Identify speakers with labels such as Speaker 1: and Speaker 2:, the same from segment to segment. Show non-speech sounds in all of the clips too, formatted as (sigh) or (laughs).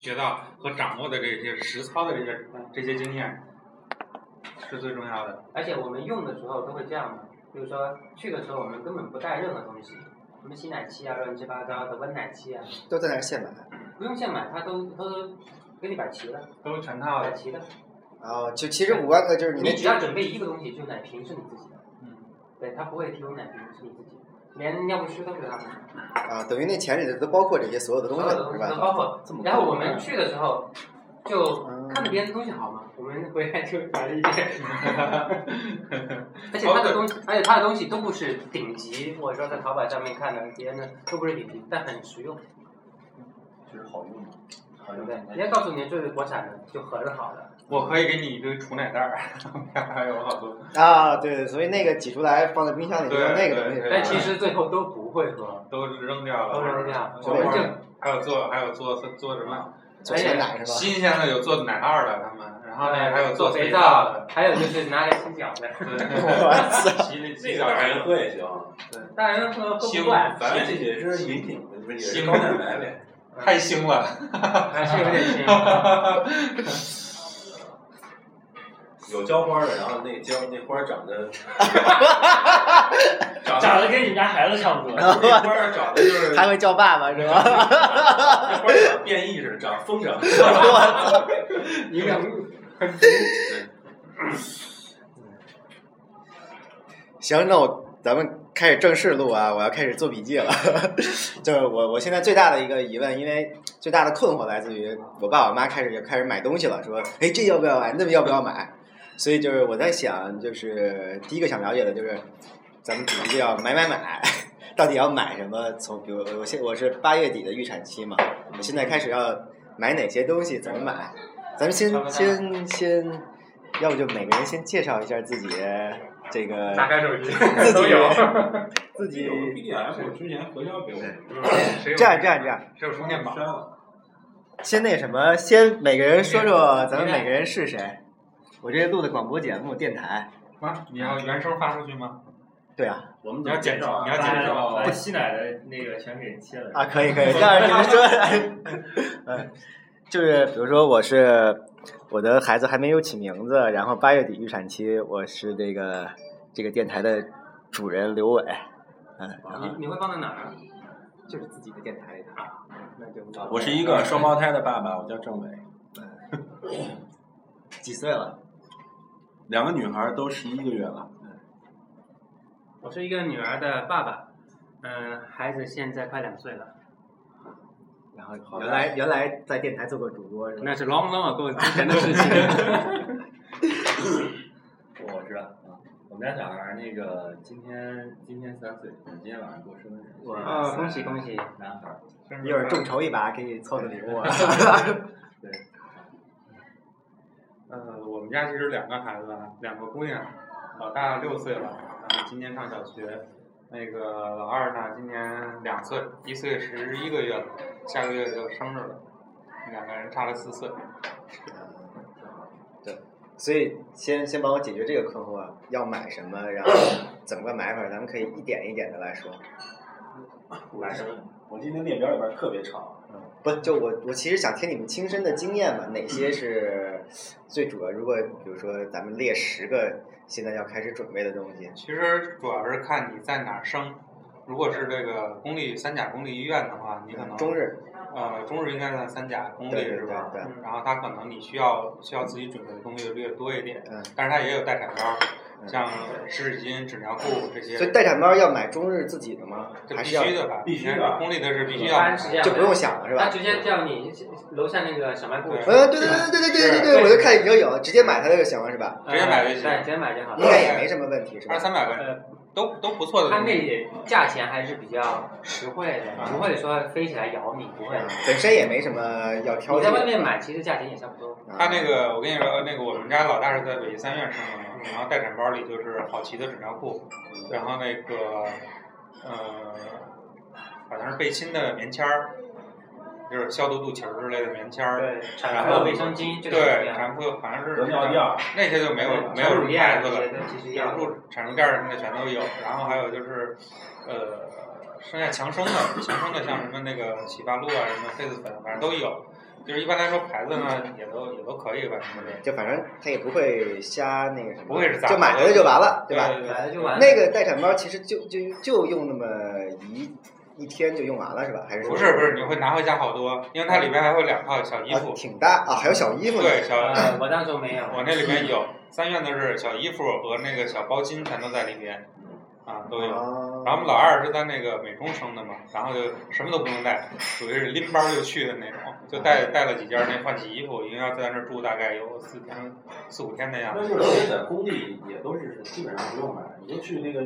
Speaker 1: 学到和掌握的这些实操的这些呃这些经验是最重要的。
Speaker 2: 而且我们用的时候都会这样的，比如说去的时候我们根本不带任何东西，什么吸奶器啊、乱七八糟的温奶器啊，
Speaker 3: 都在那儿现买，
Speaker 2: 不用现买，它都它都给你摆齐了，
Speaker 1: 都全套
Speaker 2: 摆
Speaker 1: 的，
Speaker 2: 齐了。
Speaker 3: 然后就其实五万块就是你
Speaker 2: 你
Speaker 3: 那
Speaker 2: 只要准备一个东西，就是奶瓶是你自己的，
Speaker 1: 嗯， (laughs)
Speaker 2: 对，它不会提供奶瓶是你自己的，连尿不湿都给他们，
Speaker 3: 啊，等于那钱里头都包括这些所有的东
Speaker 2: 所
Speaker 3: 西
Speaker 2: 有的东
Speaker 3: 了，是
Speaker 2: 西都
Speaker 3: 吧？
Speaker 2: 包括。
Speaker 3: 这么
Speaker 2: 然后
Speaker 3: 高
Speaker 2: 我们去的时候就
Speaker 3: 嗯
Speaker 2: 看着别人的东西好嘛，我们回来就买了一
Speaker 3: (laughs)
Speaker 2: 些。而且
Speaker 1: 哦
Speaker 2: 他的
Speaker 1: 对
Speaker 2: 东西，而且他的东西都不是顶级，或者说在淘宝上面看的别人的都不是顶级，但很实用，
Speaker 4: 就是好用嘛，好
Speaker 2: 对不
Speaker 4: 用
Speaker 2: 对？人家告诉你这是国产的，就很好的。
Speaker 1: 我可以给你一堆储奶袋儿，还有好多。
Speaker 3: 啊，对，所以那个挤出来放在冰箱里头
Speaker 1: 对
Speaker 3: 那个东西
Speaker 1: 对
Speaker 2: 但
Speaker 3: 是吧？
Speaker 2: 哎其实最后都不会喝，
Speaker 1: 都扔掉了，
Speaker 2: 都扔掉
Speaker 1: 我
Speaker 3: 我
Speaker 1: 们
Speaker 2: 们
Speaker 1: 还有做还有做做什么
Speaker 3: 做鲜
Speaker 2: 哎
Speaker 3: 奶是吧？
Speaker 1: 新鲜的有做奶酪的他们，然后那个还有
Speaker 2: 做
Speaker 1: 肥
Speaker 2: 肥
Speaker 1: 皂
Speaker 2: 皂
Speaker 1: 的，
Speaker 2: 的，还有就是拿来洗脚的。
Speaker 3: (laughs)
Speaker 1: 对，
Speaker 2: 哎
Speaker 3: 我操！
Speaker 5: (laughs)
Speaker 1: 洗
Speaker 4: 这
Speaker 1: 洗
Speaker 4: 个
Speaker 1: 脚
Speaker 4: 当
Speaker 1: 人会
Speaker 4: 然喝也行，
Speaker 2: 当然喝喝
Speaker 1: 腥
Speaker 2: 不惯，
Speaker 1: 咱们
Speaker 4: 这也是饮品，不是也
Speaker 1: 行
Speaker 4: 是高蛋白类。
Speaker 1: 太腥了，
Speaker 2: 嗯还是有点腥。
Speaker 4: 有浇花的，然后那浇那花长 (laughs) 得，长
Speaker 5: (laughs) 长
Speaker 4: 得
Speaker 5: 得跟你们家孩子差不多。
Speaker 4: 那花长得就是
Speaker 3: 还会叫爸爸是吧？
Speaker 4: 那花长变异似的，长疯长。
Speaker 2: 你们
Speaker 3: 行，那我咱们开始正式录啊，我要开始做笔记了。 (laughs) 就是我我现在最大的一个疑问，因为最大的困惑来自于我爸我妈开始就开始买东西了，说哎这要不要买，那个要不要买？所以就是我在想，就是第一个想了解的就是咱们主题就要买买买， (laughs) 到底要买什么？从比如我现我是八月底的预产期嘛，我现在开始要买哪些东西，怎么买？咱们先先先，要不就每个人先介绍一下自己这个
Speaker 2: 打开手机
Speaker 3: 自己
Speaker 2: 都有。
Speaker 3: 自己
Speaker 4: BDM 之前何潇给我们
Speaker 3: 这样这样这样，
Speaker 1: 这有充电宝
Speaker 4: 删，
Speaker 5: 啊
Speaker 4: 了，
Speaker 3: 先那什么，先每个人说说咱们每个人是谁。我这录的广播节目电台，
Speaker 1: 啊，你要原声发出去吗？
Speaker 3: 对啊，
Speaker 4: 我们
Speaker 1: 你要剪
Speaker 4: 照，
Speaker 1: 你要剪
Speaker 5: 把
Speaker 1: 掉
Speaker 2: 哎
Speaker 5: 把吸奶的那个全给切了。
Speaker 3: 啊可以可以，这样你们说， (laughs) 嗯，就是比如说我是我的孩子还没有起名字，然后八月底预产期，我是这个这个电台的主人刘伟，嗯，然后
Speaker 2: 你你会放在哪儿啊？
Speaker 3: 就是自己的电台里的，那就
Speaker 4: 我是一个双胞胎的爸爸，我叫郑伟，
Speaker 3: 几岁了？
Speaker 4: 两个女孩都十一个月了，
Speaker 2: 我是一个女儿的爸爸，嗯，孩子现在快两岁了。
Speaker 3: 然后原来原来在电台做过主播是吧？
Speaker 2: 那是 long long ago 之前的事情。
Speaker 5: 我知道啊，我们家小孩儿那个今天今天三岁，今天晚上过生日。
Speaker 2: 哦，恭
Speaker 4: 啊
Speaker 2: 喜恭喜！
Speaker 5: 男孩儿，
Speaker 3: 一会儿众筹一把，给你凑个礼 (laughs) 物啊。
Speaker 1: 呃，我们家其实两个孩子，啊两个姑娘，老大六岁了，然后今年上小学，那个老二呢，今年两岁，一岁十一个月了，下个月就生日了，两个人差了四岁。
Speaker 3: 所以先先帮我解决这个困惑，要买什么，然后怎么个买法，咱们可以一点一点的来说。
Speaker 4: 我今天列表里边特别长，
Speaker 3: 不，就我我其实想听你们亲身的经验嘛，哪些是
Speaker 1: (laughs)
Speaker 3: 最主要？如果比如说咱们列十个现在要开始准备的东西，
Speaker 1: 其实主要是看你在哪儿生，如果是这个公立三甲公立医院的话，你可能
Speaker 3: 中日
Speaker 1: 呃中日应该算三甲公立
Speaker 3: 对对
Speaker 1: 是
Speaker 3: 对
Speaker 1: 吧？嗯
Speaker 3: 对，
Speaker 1: 然后它可能你需要需要自己准备的东西略多一点，
Speaker 3: 嗯，
Speaker 1: 但是它也有待产包，
Speaker 3: 嗯
Speaker 1: 像湿纸巾、纸尿裤这些。
Speaker 3: 所以待产包要买中日自己的吗？
Speaker 1: 这
Speaker 3: 还
Speaker 1: 必
Speaker 3: 是要
Speaker 1: 须的吧？
Speaker 4: 必须的嗯
Speaker 1: 你看公立的是必须要
Speaker 2: 他是
Speaker 1: 的。
Speaker 2: 这样
Speaker 3: 就不用
Speaker 2: 的，
Speaker 3: 想了是
Speaker 2: 他
Speaker 3: 吧？
Speaker 2: 直接叫你楼下那个小卖部，
Speaker 1: 对
Speaker 3: 嗯，对对对对对对对对，我就看你就有，直接买它就行了是吧？
Speaker 2: 呃
Speaker 1: 直接买就行
Speaker 2: 对，直接买就好
Speaker 3: 应
Speaker 2: 了。
Speaker 3: 该也没什么问题是吧
Speaker 1: 二？三百块
Speaker 2: 呃，
Speaker 1: 都都不错的
Speaker 2: 他
Speaker 1: 东
Speaker 2: 那
Speaker 1: 西，
Speaker 2: 也价钱还是比较实惠的，不会说飞起来咬你，不会。
Speaker 3: 啊本身也没什么要挑
Speaker 2: 你
Speaker 3: 剔
Speaker 2: 在外
Speaker 3: 的。
Speaker 2: 面买，其实价钱也差不多。
Speaker 3: 啊
Speaker 1: 他那个我跟你说，那个我们家老大是在北医三院生的嘛，然后待产包里就是好奇的纸尿裤，
Speaker 3: 嗯
Speaker 1: 然后那个呃，好像是贝亲的棉签儿，就是消毒肚脐儿之类的棉签儿，
Speaker 2: 对，产妇卫生巾这个啊很重
Speaker 1: 对，
Speaker 2: 要
Speaker 1: 产妇好像是
Speaker 4: 得尿垫，
Speaker 1: 那些就没有没
Speaker 2: 产
Speaker 1: 有什
Speaker 2: 妇乳
Speaker 1: 么
Speaker 2: 液
Speaker 1: 牌
Speaker 2: 啊
Speaker 1: 子
Speaker 2: 这
Speaker 1: 了
Speaker 2: 些。都其实
Speaker 1: 养
Speaker 2: 要。
Speaker 1: 入产褥垫儿什么的全都有，然后还有就是，呃，剩下强生的，强生的像什么那个洗发露啊，什么痱子粉，反正都有。就是一般来说牌子呢
Speaker 2: 嗯
Speaker 1: 也都也都可以吧，什么的，
Speaker 3: 就反正他也不会瞎那个
Speaker 2: 嗯
Speaker 3: 什么，
Speaker 1: 不会是杂
Speaker 3: 就买回来就完了，
Speaker 1: 对
Speaker 3: 吧？
Speaker 1: 对
Speaker 2: 来了就
Speaker 1: 对
Speaker 2: 完了。
Speaker 3: 那个待产包其实就就就用那么一一天就用完了是吧？还是说
Speaker 1: 不是不是，你会拿回家好多，因为它里边还有两套小衣
Speaker 3: 啊
Speaker 1: 服，，
Speaker 3: 挺大啊，还有小衣服呢。
Speaker 1: 对，小
Speaker 2: 呃，我当时没有。
Speaker 1: 我那里边有三院的是小衣服和那个小包巾全都在里边，啊都有。然后我
Speaker 3: 啊，
Speaker 1: 们老二是在那个美中生的嘛，然后就什么都不用带，属于是拎包就去的那种，就带带了几件那换洗衣服，因为要在那儿住大概有四天四五天的样
Speaker 4: 那
Speaker 1: 子。
Speaker 4: 就是现在工地也都是基本上不用买，你就去那个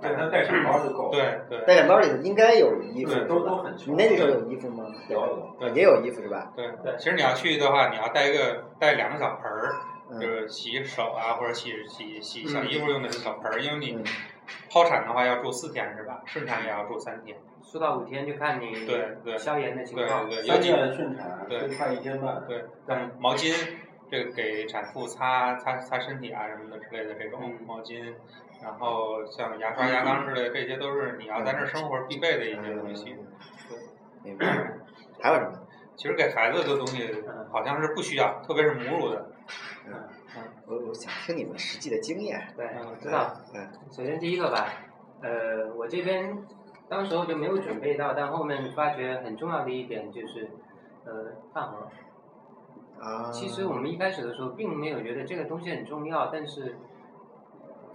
Speaker 4: 带他带上包就够了。
Speaker 1: 对对
Speaker 3: 待产包里应该有衣服
Speaker 4: 对，
Speaker 3: 是
Speaker 4: 都都
Speaker 3: 吧？
Speaker 4: 很全。
Speaker 3: 你那里头有衣服吗？
Speaker 4: 有有，
Speaker 1: 对
Speaker 3: 也有衣服是吧？
Speaker 1: 对
Speaker 2: 对
Speaker 1: 其实你要去的话，你要带一个带两个小盆儿，就
Speaker 3: 嗯
Speaker 1: 是洗手啊或者洗洗洗小衣服用的小盆儿，因为你
Speaker 3: 嗯，
Speaker 1: 剖产的话要住四天是吧？顺产也要住三天。
Speaker 2: 输到五天就看你
Speaker 1: 对对
Speaker 2: 消炎的情况。
Speaker 1: 对对尤
Speaker 4: 三
Speaker 1: 其
Speaker 4: 院顺产
Speaker 1: 对
Speaker 4: 最快一天半。
Speaker 1: 对，但毛巾这个给产妇擦擦擦身体啊什么的之类的这种
Speaker 2: 嗯
Speaker 1: 毛巾，然后像牙刷、牙缸之类的，这些都是你要在这生活必备的一嗯些东西。
Speaker 3: 嗯
Speaker 2: 嗯
Speaker 3: 明白。还有什么？
Speaker 1: 其实给孩子的东西
Speaker 2: 嗯
Speaker 1: 好像是不需要，特别是母乳的。
Speaker 3: 我我想听你们实际的经验。
Speaker 2: 对
Speaker 1: 嗯
Speaker 2: 我知道。
Speaker 3: 嗯
Speaker 2: 首先第一个吧，呃，我这边当时候就没有准备到，但后面发觉很重要的一点就是，呃，饭盒。
Speaker 3: 啊，
Speaker 2: 其实我们一开始的时候并没有觉得这个东西很重要，但是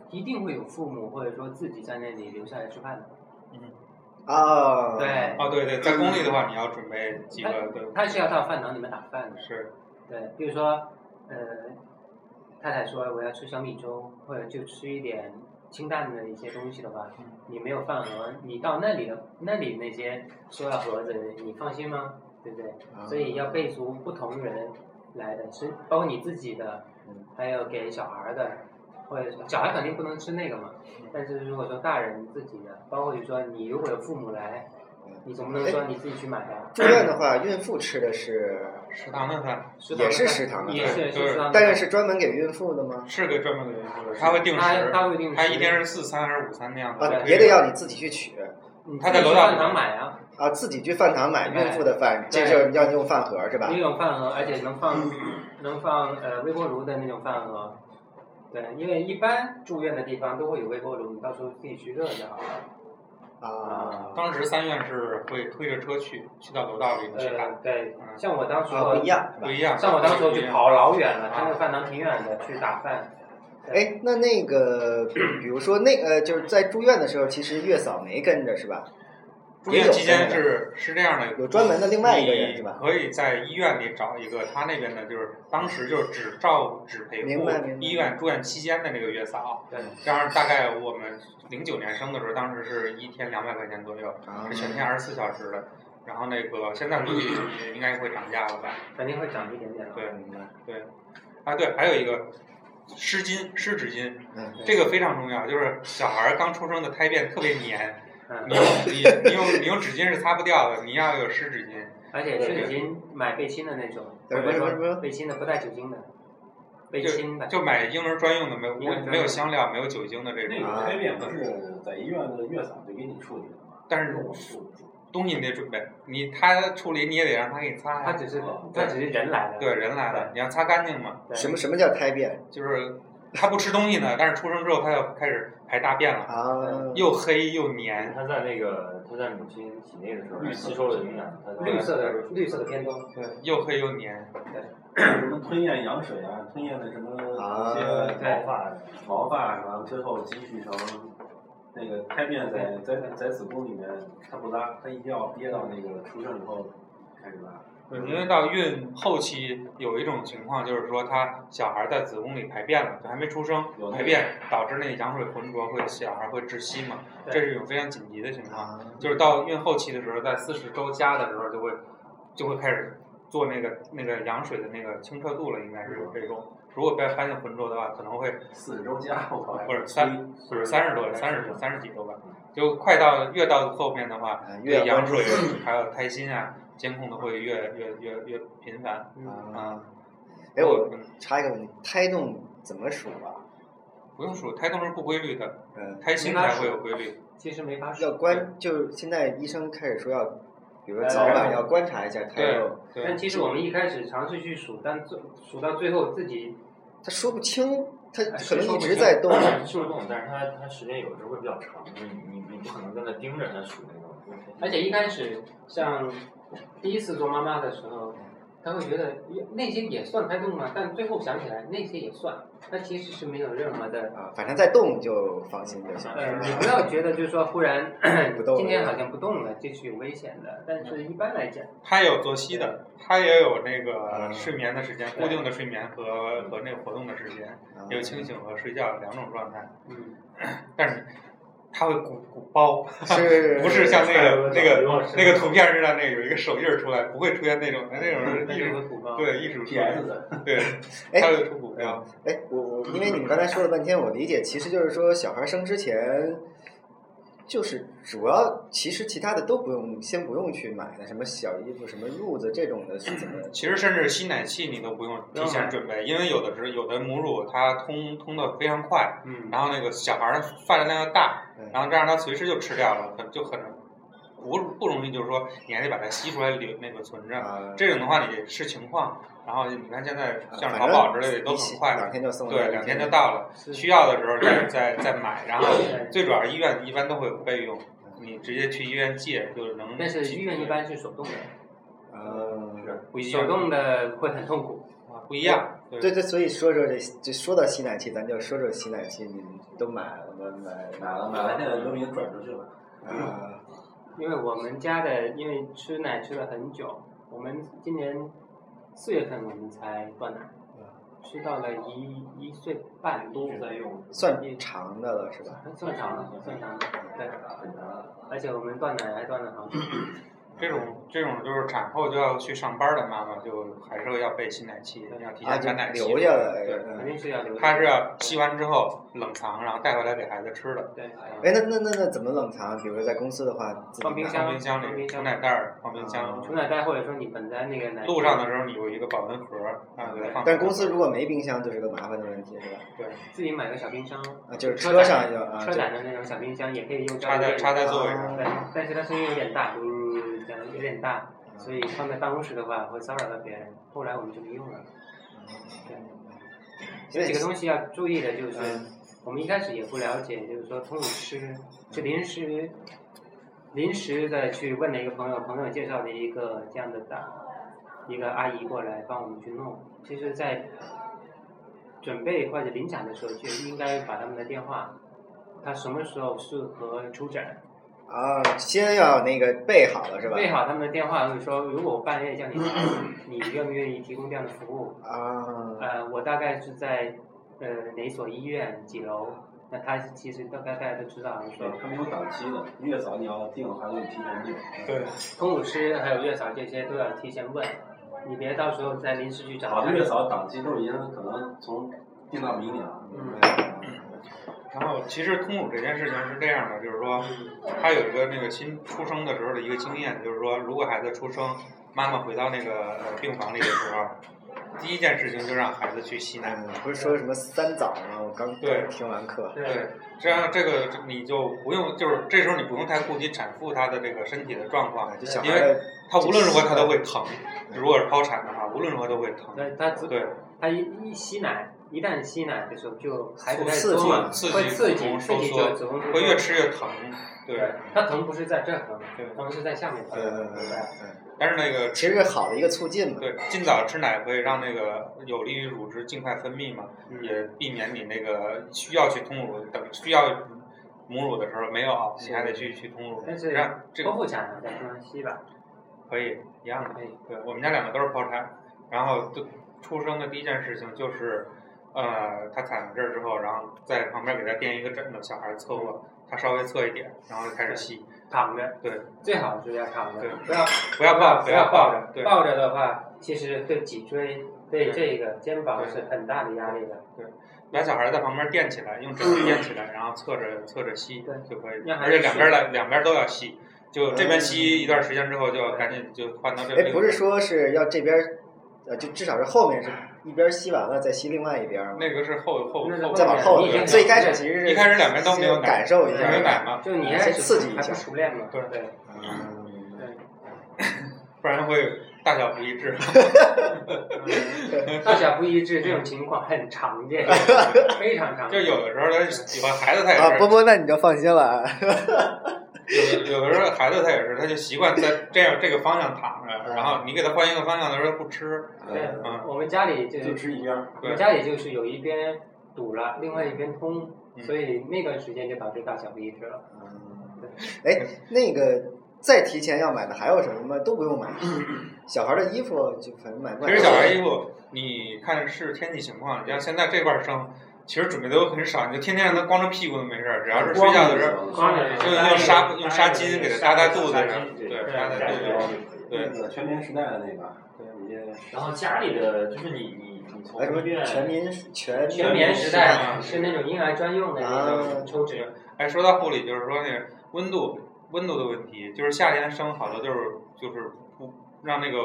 Speaker 2: 一定会有父母或者说自己在那里留下来吃饭的。嗯
Speaker 3: 啊，
Speaker 2: 对，
Speaker 1: 哦，对对，在公立的
Speaker 2: 嗯
Speaker 1: 话，你要准备几个对。
Speaker 2: 他是要到饭堂里面打饭的。
Speaker 1: 是，
Speaker 2: 对，比如说，呃，太太说我要吃小米粥，或者就吃一点清淡的一些东西的话，
Speaker 3: 嗯
Speaker 2: 你没有饭盒，你到那里的那里那些塑料盒子，你放心吗？对不对？
Speaker 3: 啊
Speaker 2: 所以要备足不同人来的，是包括你自己的
Speaker 3: 嗯，
Speaker 2: 还有给小孩儿的，或者小孩肯定不能吃那个嘛。
Speaker 3: 嗯
Speaker 2: 但是如果说大人自己的，包括你说你如果有父母来
Speaker 3: 嗯，
Speaker 2: 你总不能说你自己去买啊吧？
Speaker 3: 住院的话，孕妇吃的是
Speaker 1: 食堂的饭
Speaker 2: 食堂的
Speaker 3: 也是
Speaker 2: 饭
Speaker 3: 食堂的
Speaker 2: 也
Speaker 1: 饭
Speaker 2: 是
Speaker 1: 对
Speaker 2: 是食堂的饭，
Speaker 3: 但是是专门给孕妇的吗？
Speaker 1: 是个专门给孕妇的，他会定
Speaker 2: 他
Speaker 1: 时，
Speaker 2: 他会定时，
Speaker 1: 他一天是四餐还是五餐那样
Speaker 3: 啊，
Speaker 1: 的，
Speaker 3: 也得要你自己去取
Speaker 2: 你
Speaker 1: 他在
Speaker 2: 自己
Speaker 1: 楼道
Speaker 2: 去
Speaker 1: 里
Speaker 2: 饭堂买啊，
Speaker 3: 啊，自己去饭堂买孕妇的饭，这
Speaker 2: 对
Speaker 3: 就是要你用饭盒是吧
Speaker 2: 那？种饭盒，而且能放
Speaker 1: 嗯
Speaker 2: (clears throat) 能放呃微波炉的那种饭盒。对，因为一般住院的地方都会有微波炉，你到时候自己去热就好了。
Speaker 3: 啊，
Speaker 1: 当时三院是会推着车去，去到楼道里去打，
Speaker 2: 呃，对，
Speaker 1: 嗯
Speaker 2: 像我当时
Speaker 3: 啊
Speaker 2: 候
Speaker 3: 不一样是
Speaker 1: 不
Speaker 3: 吧？
Speaker 1: 一样。
Speaker 2: 像我当时候
Speaker 1: 不一
Speaker 2: 就
Speaker 1: 样
Speaker 2: 跑老远了，
Speaker 1: 嗯
Speaker 2: 他那个饭堂挺远的，去打饭。
Speaker 3: 哎，那那个， (clears throat) 比如说那呃，就是在住院的时候，其实月嫂没跟着是吧？
Speaker 1: 住院期间是是这样的，
Speaker 3: 有专门的另外一个人是吧
Speaker 1: 你可以在医院里找一个，他那边的就是当时就是只照只陪
Speaker 3: 明
Speaker 1: 护
Speaker 3: 白明白
Speaker 1: 医院住院期间的那个月嫂。
Speaker 2: 对，
Speaker 1: 这样大概我们零九年生的时候，当时是一天两百块钱左右，
Speaker 3: 啊
Speaker 1: 是全天二十四小时的。然后那个现在估计应该会涨价了吧？
Speaker 2: 肯定会长一点点啊嗯的。
Speaker 1: 对
Speaker 3: 明白
Speaker 1: 对，啊对，还有一个湿巾、湿纸巾，
Speaker 3: 嗯，
Speaker 1: 这个非常重要，就是小孩儿刚出生的胎便特别黏，
Speaker 2: 嗯
Speaker 1: 你，用你你用你用纸巾是擦不掉的，你要有湿纸巾。
Speaker 2: 而且是已经买背心的那种，
Speaker 3: 对
Speaker 2: 或者
Speaker 3: 不是不是
Speaker 2: 说背心的不带酒精的，背心的。
Speaker 1: 就买婴儿专用的，没有
Speaker 2: 婴儿专用
Speaker 1: 没有香料，没有酒精的这
Speaker 4: 那
Speaker 1: 种。
Speaker 4: 个开店不是在医院的月嫂就给你处理了吗？
Speaker 1: 但
Speaker 4: 但是
Speaker 1: 是
Speaker 4: 我处理。
Speaker 1: 东西你得准备，你他处理你也得让他给你擦
Speaker 2: 他
Speaker 1: 呀。
Speaker 2: 只是
Speaker 4: 哦
Speaker 2: 他只是人来的。
Speaker 1: 对，人来了，你要擦干净嘛。
Speaker 2: 对
Speaker 3: 什么什么叫胎便
Speaker 1: 就是他不吃东西呢，但是出生之后他要开始排大便了，
Speaker 3: 啊？
Speaker 1: 又黑又黏。
Speaker 5: 他在那个他在母亲体内的时候吸收了营养，他
Speaker 2: 绿色的绿色的偏多。
Speaker 1: 对，又黑又黏。
Speaker 4: 什么吞咽羊水啊，吞咽的什么
Speaker 3: 啊
Speaker 4: 一些
Speaker 5: 毛发
Speaker 4: 毛发，然后最后积蓄成那个胎便在在在子宫里面，它不拉，它一定要憋到那个出生以后开始拉。
Speaker 1: 对，因为到孕后期有一种情况，就是说他小孩在子宫里排便了，就还没出生
Speaker 4: 有那个
Speaker 1: 排便，导致那羊水浑浊会小孩会窒息嘛，
Speaker 2: 对
Speaker 1: 这是一种非常紧急的情况。
Speaker 3: 啊，
Speaker 1: 就是到孕后期的时候，在四十周加的时候，就会就会开始做那个那个羊水的那个清澈度了，应该是这种。如果被发现浑浊的话，可能会
Speaker 4: 四十周加， (laughs) 我靠，
Speaker 1: 或者三
Speaker 4: 不是
Speaker 1: 三十多、三十三十几周吧，就快到越到后面的话，
Speaker 3: 啊
Speaker 1: 对
Speaker 3: 越
Speaker 1: 羊
Speaker 3: 关
Speaker 1: 水
Speaker 3: 注
Speaker 1: 还有胎心啊监控的会越越越越频繁
Speaker 3: 啊。
Speaker 1: 啊。
Speaker 3: 哎，我
Speaker 1: 嗯
Speaker 3: 插一个问题，胎动怎么数啊？
Speaker 1: 不用数，胎动是不规律的，
Speaker 3: 嗯，
Speaker 1: 胎心才会有规律。
Speaker 2: 其实没法
Speaker 3: 要
Speaker 2: 说。
Speaker 3: 关，就是现在医生开始说要比如说早晚要观察一下胎
Speaker 1: 哎对
Speaker 3: 肉，
Speaker 2: 但
Speaker 1: 对，
Speaker 2: 其实我们一开始尝试去数，但最数到最后自己
Speaker 3: 他说不清，他
Speaker 2: 哎
Speaker 3: 可能
Speaker 2: 说不
Speaker 3: 一直
Speaker 2: 清
Speaker 3: 在动。啊
Speaker 6: 是会动，但是它它时间有的时候会比较长，就是你你你不可能跟它盯着它数那种。
Speaker 1: 哎
Speaker 2: 而且一开始像第一次做妈妈的时候，她会觉得呃那些也算胎动吗？但最后想起来那些也算，它其实是没有任何的。
Speaker 3: 啊，反正在动就放心就行。
Speaker 2: 呃，你不要觉得就是说忽然
Speaker 3: 不动了
Speaker 2: 今天好像不动了，这是有危险的。但是一般来讲，
Speaker 1: 它也有作息的，它也有那
Speaker 3: 嗯
Speaker 1: 个睡眠的时间，固定的睡眠和和那个活动的时间，
Speaker 3: 啊
Speaker 1: 有清醒和睡觉两种状态，
Speaker 2: 嗯，
Speaker 1: 但是它会鼓鼓包，
Speaker 3: 啊是
Speaker 1: (laughs) 不是像那个那个那个
Speaker 6: 图
Speaker 1: 图片似的，那个有一个手印儿出来，不会出现那种那种是
Speaker 2: 那
Speaker 1: 艺
Speaker 2: 就
Speaker 1: 术
Speaker 2: 会鼓包。
Speaker 1: 对艺术出来
Speaker 4: PS 的，
Speaker 1: 对，
Speaker 3: 哎
Speaker 1: 它会出股票。
Speaker 3: 哎，我我因为你们刚才说了半天，我理解其实就是说，小孩生之前，就是主要其实其他的都不用，先不用去买的，什么小衣服、什么褥子这种的，是怎么？
Speaker 1: 其实甚至吸奶器你都不用提前准备，因为有的是有的母乳它通通的非常快，
Speaker 2: 嗯，
Speaker 1: 然后那个小孩儿发展量又大，
Speaker 3: 嗯
Speaker 1: 然后这样他随时就吃掉了，很就很不不容易，就是说你还得把它吸出来留那个存着。
Speaker 3: 啊，
Speaker 1: 这种的话你视情况，然后你看现在像
Speaker 3: 反
Speaker 1: 淘宝之
Speaker 3: 正
Speaker 1: 类的都
Speaker 3: 一洗
Speaker 1: 很快，
Speaker 3: 两天就送了，
Speaker 1: 对，两天就到了，需要的时候再再再买，然后最主要医院一般都会有备用，
Speaker 3: 嗯
Speaker 1: 你直接去医院借就能。
Speaker 2: 但是医院一般是手动的，
Speaker 3: 嗯，
Speaker 1: 不一样
Speaker 2: 手动的会很痛苦。
Speaker 1: 不一样，对
Speaker 3: 对对，所以说说这就说到吸奶器，咱就说说吸奶器，你们都买了吗？买
Speaker 4: 买了买了，现在都已经转出去了。
Speaker 3: 啊，
Speaker 2: 因为我们家的，因为吃奶吃了很久，我们今年四月份我们才断奶，
Speaker 1: 嗯
Speaker 2: 吃到了一一岁半多，
Speaker 6: 在用，
Speaker 3: 算长的了是吧？
Speaker 2: 算长了，算长了，对，而且我们断奶还断了好久，
Speaker 1: 这种这种就是产后就要去上班的妈妈，就还是要备吸奶器，要提
Speaker 3: 啊，
Speaker 1: 前
Speaker 3: 就
Speaker 1: 产奶期。
Speaker 3: 留下来。
Speaker 1: 对，
Speaker 2: 肯
Speaker 3: 嗯
Speaker 2: 定是要留着。
Speaker 1: 它是要吸完之后冷藏，然后带回来给孩子吃的，
Speaker 2: 对，啊
Speaker 3: 哎，那那那那怎么冷藏？比如说在公司的话，自己
Speaker 2: 放冰
Speaker 3: 拿
Speaker 1: 放
Speaker 2: 箱
Speaker 1: 冰箱
Speaker 2: 放
Speaker 1: 里，
Speaker 2: 冰
Speaker 1: 储
Speaker 2: 箱
Speaker 1: 奶袋儿放冰
Speaker 3: 啊
Speaker 1: 箱。
Speaker 2: 储奶袋或者说你本来那个奶
Speaker 1: 路上的时候你有一个保温盒，啊，给它放。
Speaker 3: 但公司如果没冰箱，就是个麻烦的问题，是吧？
Speaker 1: 对
Speaker 2: 自己买个小冰箱，
Speaker 3: 啊，就是
Speaker 2: 车
Speaker 3: 车
Speaker 2: 载
Speaker 3: 上有啊，
Speaker 2: 车
Speaker 3: 就
Speaker 2: 载的那种小冰箱也可以用
Speaker 1: 插在插在座位上，
Speaker 2: 对，但是它声音有点大，呜、讲的有点大，所以放在办公室的话会骚扰到别人。后来我们就没用了。
Speaker 3: 嗯
Speaker 2: 对，
Speaker 3: 所
Speaker 2: 这
Speaker 3: 以
Speaker 2: 几个东西要注意的就是
Speaker 3: 嗯，
Speaker 2: 我们一开始也不了解，就是说通过吃，是临时临时的去问了一个朋友，朋友介绍的一个这样的大一个阿姨过来帮我们去弄。其实，在准备或者临产的时候，就应该把他们的电话，他什么时候适合出诊，
Speaker 3: 啊，先要那个备好了是吧？
Speaker 2: 备好他们的电话，就是说如果我半夜叫
Speaker 1: (clears throat)
Speaker 2: 你来，你愿不愿意提供这样的服务？
Speaker 3: 啊，
Speaker 2: 呃，我大概是在呃哪所医院几楼？那他其实大概大家都知道，就是
Speaker 4: 对
Speaker 2: 说，
Speaker 1: 哦
Speaker 4: 他们有档期的，越早你要订的话，就得提前订。
Speaker 1: 对，
Speaker 2: 通乳师还有月嫂这些都要提前问，你别到时候再临时去找
Speaker 4: 好
Speaker 2: 他
Speaker 4: 的。越早档期都已经可能从定到明年了。
Speaker 2: 嗯
Speaker 1: 然后其实通乳这件事情是这样的，就是说，他有一个那个新出生的时候的一个经验，就是说，如果孩子出生，妈妈回到那个呃病房里的时候，第一件事情就让孩子去吸奶。
Speaker 3: 嗯，不是说什么三早吗？我刚
Speaker 1: 对
Speaker 3: 听完课，
Speaker 1: 对，这样这个你就不用，就是这时候你不用太顾及产妇她的这个身体的状况
Speaker 3: 啊，这小
Speaker 1: 因
Speaker 3: 孩
Speaker 1: 为
Speaker 3: 的
Speaker 1: 她无论如何她都会疼。如果是剖产的话，无论如何都会疼。
Speaker 2: 那他只
Speaker 1: 嗯对，
Speaker 2: 他一一吸奶，一旦吸奶的时候就孩子开始
Speaker 3: 刺激
Speaker 2: 多嘛，
Speaker 1: 刺激
Speaker 2: 会刺
Speaker 1: 子
Speaker 2: 激
Speaker 1: 宫
Speaker 2: 刺
Speaker 1: 收
Speaker 2: 激
Speaker 1: 缩
Speaker 2: 就子宫收
Speaker 1: 会
Speaker 2: 缩
Speaker 1: 越吃越疼。对
Speaker 2: 对，，他疼不是在这儿疼，
Speaker 1: 对
Speaker 2: 疼是在下面疼。
Speaker 3: 嗯嗯嗯
Speaker 2: 对
Speaker 3: 嗯，
Speaker 1: 但是那个
Speaker 3: 其实是好的一个促进嘛。
Speaker 1: 对，尽早吃奶会让那个有利于乳汁尽快分泌嘛，
Speaker 2: 嗯
Speaker 1: 也避免你那个需要去通乳，等需要母乳的时候没有，你还得去去通乳。
Speaker 2: 但是
Speaker 1: 这样这
Speaker 2: 剖
Speaker 1: 个嗯
Speaker 2: 腹产好像不能吸吧？
Speaker 1: 可以一样的。
Speaker 2: 可以。
Speaker 1: 对，我们家两个都是剖产，然后就出生的第一件事情就是，呃，他产了这儿之后，然后在旁边给他垫一个枕头，小孩儿侧卧，他稍微侧一点，然后就开始吸。
Speaker 2: 躺着，
Speaker 1: 对，
Speaker 2: 最好是要躺着
Speaker 1: 对，
Speaker 2: 不要
Speaker 1: 不要抱，
Speaker 2: 不
Speaker 1: 要
Speaker 2: 抱
Speaker 1: 着，对，
Speaker 2: 抱着的话，其实对脊椎、对
Speaker 1: 对
Speaker 2: 这个肩膀
Speaker 1: 对
Speaker 2: 是很大的压力的。
Speaker 1: 把小孩在旁边垫起来，用枕头垫起来，然后侧着侧着吸
Speaker 2: 对
Speaker 1: 就可以
Speaker 2: 让，孩
Speaker 1: 而
Speaker 2: 子
Speaker 1: 且两边来两边都要吸，就这边吸一段时间之后，就要赶紧就换到这
Speaker 3: 哎，
Speaker 1: 边。
Speaker 3: 不是说是要这边儿，呃，就至少是后面是一边儿吸完了再吸另外一边儿吗？
Speaker 1: 那个是后后
Speaker 2: 那是
Speaker 1: 后
Speaker 3: 再往后
Speaker 2: 你已经
Speaker 3: 面，最开始其实是
Speaker 1: 一开始两边都没有
Speaker 3: 先
Speaker 1: 奶
Speaker 3: 感受一
Speaker 1: 没有
Speaker 3: 下。啊
Speaker 1: 奶嘛，
Speaker 2: 就你
Speaker 3: 先
Speaker 2: 开始
Speaker 3: 刺激一
Speaker 2: 还
Speaker 3: 下
Speaker 2: 不熟练嘛，
Speaker 1: (laughs) 对
Speaker 2: 对
Speaker 3: 嗯
Speaker 2: 对。
Speaker 1: 不然会大小不一
Speaker 2: (laughs)
Speaker 1: 致。
Speaker 2: 大小不一致这种情况很常见，非常常
Speaker 1: 就
Speaker 2: 见。
Speaker 1: 有的时候他喜欢孩子，他也
Speaker 3: 啊，
Speaker 1: 是
Speaker 3: 波，波，那你就放心
Speaker 1: (laughs)
Speaker 3: 了啊。
Speaker 1: 有的有的时候孩子他也是，他就习惯在这样这个方向躺着，
Speaker 3: 啊
Speaker 1: 然后你给他换一个方向的时候他不吃，
Speaker 2: 对
Speaker 1: 嗯，
Speaker 2: 我们家里就
Speaker 4: 就吃一边儿，
Speaker 2: 我们家里就是有一边堵了，另外一边通，
Speaker 1: 嗯
Speaker 2: 所以那段时间就导致大小不一致了。
Speaker 3: 哎，那个再提前要买的还有什么都不用买，小孩的衣服就反正买不
Speaker 1: 其
Speaker 3: 买。
Speaker 1: 实小孩衣服，你看是天气情况，你像现在这块儿生，其实准备都很少，你就天天让他光着屁股都没事儿，只要是睡觉的时候，
Speaker 4: 光
Speaker 2: 着
Speaker 1: 用用纱用纱巾给它搭在肚子上，对，搭在肚子上，
Speaker 4: 那
Speaker 1: 对，
Speaker 4: 个全民时代的那个，你这
Speaker 6: 然后家里的就是你你你从
Speaker 3: 哎，什么
Speaker 6: 医院
Speaker 3: 全民全
Speaker 2: 全棉时
Speaker 1: 啊
Speaker 2: 代是那种婴儿专用的那
Speaker 3: 啊
Speaker 2: 种抽纸，
Speaker 1: 哎，说到护理，就是说那个温度温度的问题，就是夏天生好多就是就是不让那个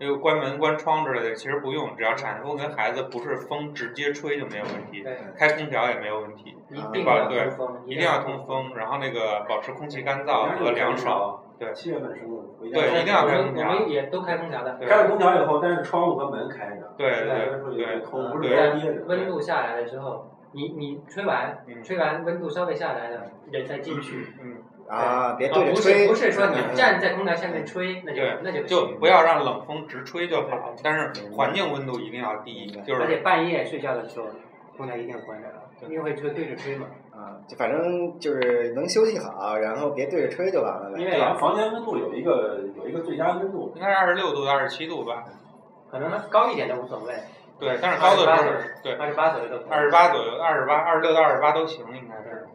Speaker 1: 那个关门关窗之类的，其实不用，只要产妇跟孩子不是风直接吹就没有问题，
Speaker 2: 对，
Speaker 1: 开空调也没有问题，
Speaker 2: 一定要
Speaker 1: 啊对
Speaker 2: 通风，
Speaker 1: 一定要通。风，然后那个保持空气干燥和凉爽。。
Speaker 4: 七月份生的，回家
Speaker 1: 对一定要
Speaker 2: 我
Speaker 1: 开
Speaker 2: 们
Speaker 1: 空调
Speaker 2: 我们也都开空调的，
Speaker 1: 对
Speaker 4: 开了空调以后，但是窗户和门开着，
Speaker 1: 对
Speaker 4: 所以
Speaker 1: 对
Speaker 4: 说
Speaker 1: 对
Speaker 4: 有通，不是
Speaker 1: 对
Speaker 4: 光憋着。
Speaker 2: 温度下来了之后，你你吹完，
Speaker 1: 嗯
Speaker 2: 吹完温度稍微下来了，人再进去。
Speaker 1: 嗯，
Speaker 3: 啊，别
Speaker 2: 啊
Speaker 3: 对着
Speaker 2: 不是
Speaker 3: 吹。啊
Speaker 2: 不是说你站在空调下面吹，那就
Speaker 1: 对
Speaker 2: 那就不
Speaker 1: 就
Speaker 2: 行。
Speaker 1: 不要让冷风直吹就好，但是环境温度一定要低，就
Speaker 2: 而且
Speaker 1: 是
Speaker 2: 半夜睡觉的时候，空调一定要关着了，因为会吹对着吹嘛。
Speaker 3: 啊，就反正就是能休息好，然后别对着吹就完了
Speaker 2: 因
Speaker 3: 呗。
Speaker 4: 对，
Speaker 2: 为
Speaker 1: 啊
Speaker 4: 然后房间温度有一个有一个最佳温度，
Speaker 1: 应该是二十六度到二十七度吧，
Speaker 2: 可能高一点都无所谓，
Speaker 1: 对，但是高的时候
Speaker 2: 28
Speaker 1: 对
Speaker 2: 二十八左右都
Speaker 1: 二十。八左右，二十八、二十六到二十八都行，应该是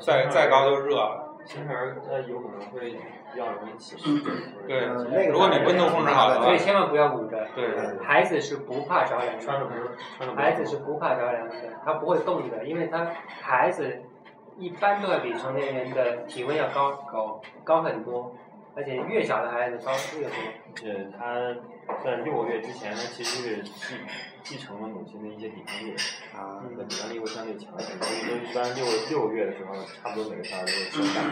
Speaker 1: 再再高就热了。
Speaker 6: 新生儿他有可能会比较容易起湿疹，
Speaker 1: 对
Speaker 3: 嗯，那个
Speaker 1: 如果你温度控制好的
Speaker 2: 所
Speaker 1: 话
Speaker 2: 以，千万不要捂着。
Speaker 1: 对，
Speaker 2: 孩子是不怕着凉
Speaker 6: 穿着
Speaker 2: 的，
Speaker 6: 不是穿着不
Speaker 2: 孩子是不怕着凉的，他不会冻的，因为他孩子一般都要比成年人的体温要高
Speaker 4: 高
Speaker 2: 高很多，而且越小的孩子高越多。
Speaker 6: 是他在六个月之前，他其实是继继承了母亲的一些抵抗力，
Speaker 3: 啊，
Speaker 1: 嗯
Speaker 6: 他的抵抗力会相对强一点，所以说一般六六个月的时候，差不多每个小孩都会
Speaker 1: 嗯
Speaker 6: 生蛋。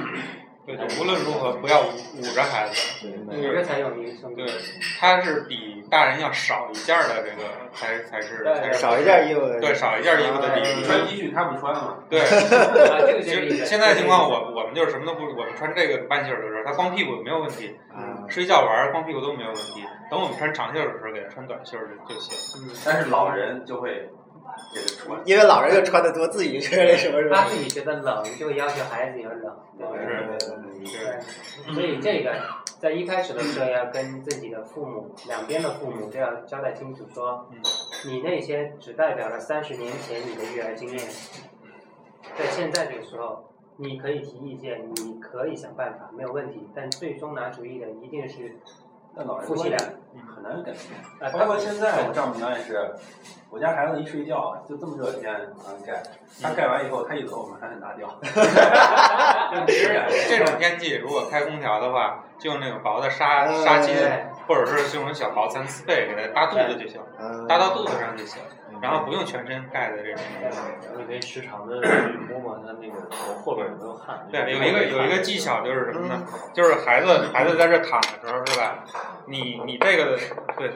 Speaker 1: 对，就无论如何不要捂捂着孩子，
Speaker 6: 对，
Speaker 2: 捂着才有益生
Speaker 1: 对
Speaker 2: 命。，
Speaker 1: 他是比大人要少一件儿的这个才才是才是
Speaker 3: 少一件衣服的。
Speaker 1: 对少一件衣服的礼
Speaker 4: 你
Speaker 1: 仪，
Speaker 4: 穿 T 恤他不穿嘛，
Speaker 1: 对。
Speaker 2: 啊就
Speaker 1: 其
Speaker 2: 是这个意
Speaker 1: 实
Speaker 2: 思
Speaker 1: 现在情况，我我们就是什么都不，我们穿这个半袖儿的时候，他光屁股没有问题，
Speaker 3: 啊，
Speaker 1: 睡觉玩儿光屁股都没有问题。等我们穿长袖儿的时候，给他穿短袖儿就就行。
Speaker 2: 嗯，
Speaker 4: 但是老人就会给他穿。
Speaker 3: 因为老人就穿的多，自己觉得那什么是
Speaker 2: 他
Speaker 3: 吧？
Speaker 2: 自己觉得冷，就会要求孩子也冷。对吧
Speaker 1: 是是，
Speaker 2: 对，所以这个在一开始的时候要跟自己的父母，两边的父母都要交代清楚说，
Speaker 1: 嗯
Speaker 2: 你那些只代表了三十年前你的育儿经验，在现在这个时候，你可以提意见，你可以想办法，没有问题，但最终拿主意的一定是
Speaker 4: 但老人
Speaker 2: 夫妻俩。
Speaker 4: 很难改变。
Speaker 2: 啊，
Speaker 4: 嗯包
Speaker 2: 他
Speaker 4: 括
Speaker 2: 们
Speaker 4: 现在我丈母娘也是，我家孩子一睡觉就这么热天啊盖，他盖完以后他一走我们还得拿掉。
Speaker 1: 其实这种天气如果开空调的话，就用那种薄的纱
Speaker 3: 嗯
Speaker 1: 纱巾
Speaker 2: 对，
Speaker 1: 或者是用小薄蚕丝被给它搭肚子就行，
Speaker 3: 嗯
Speaker 1: 搭
Speaker 3: (laughs)
Speaker 1: 到肚子上就行，
Speaker 3: 嗯
Speaker 1: 然后不用全身盖的这种。
Speaker 6: 你可以时常的去摸摸他那个头后边有没有汗。
Speaker 1: 对，有一个有一个技巧就是什么呢？就是孩子孩子在这躺的时候是吧？你你这个的对，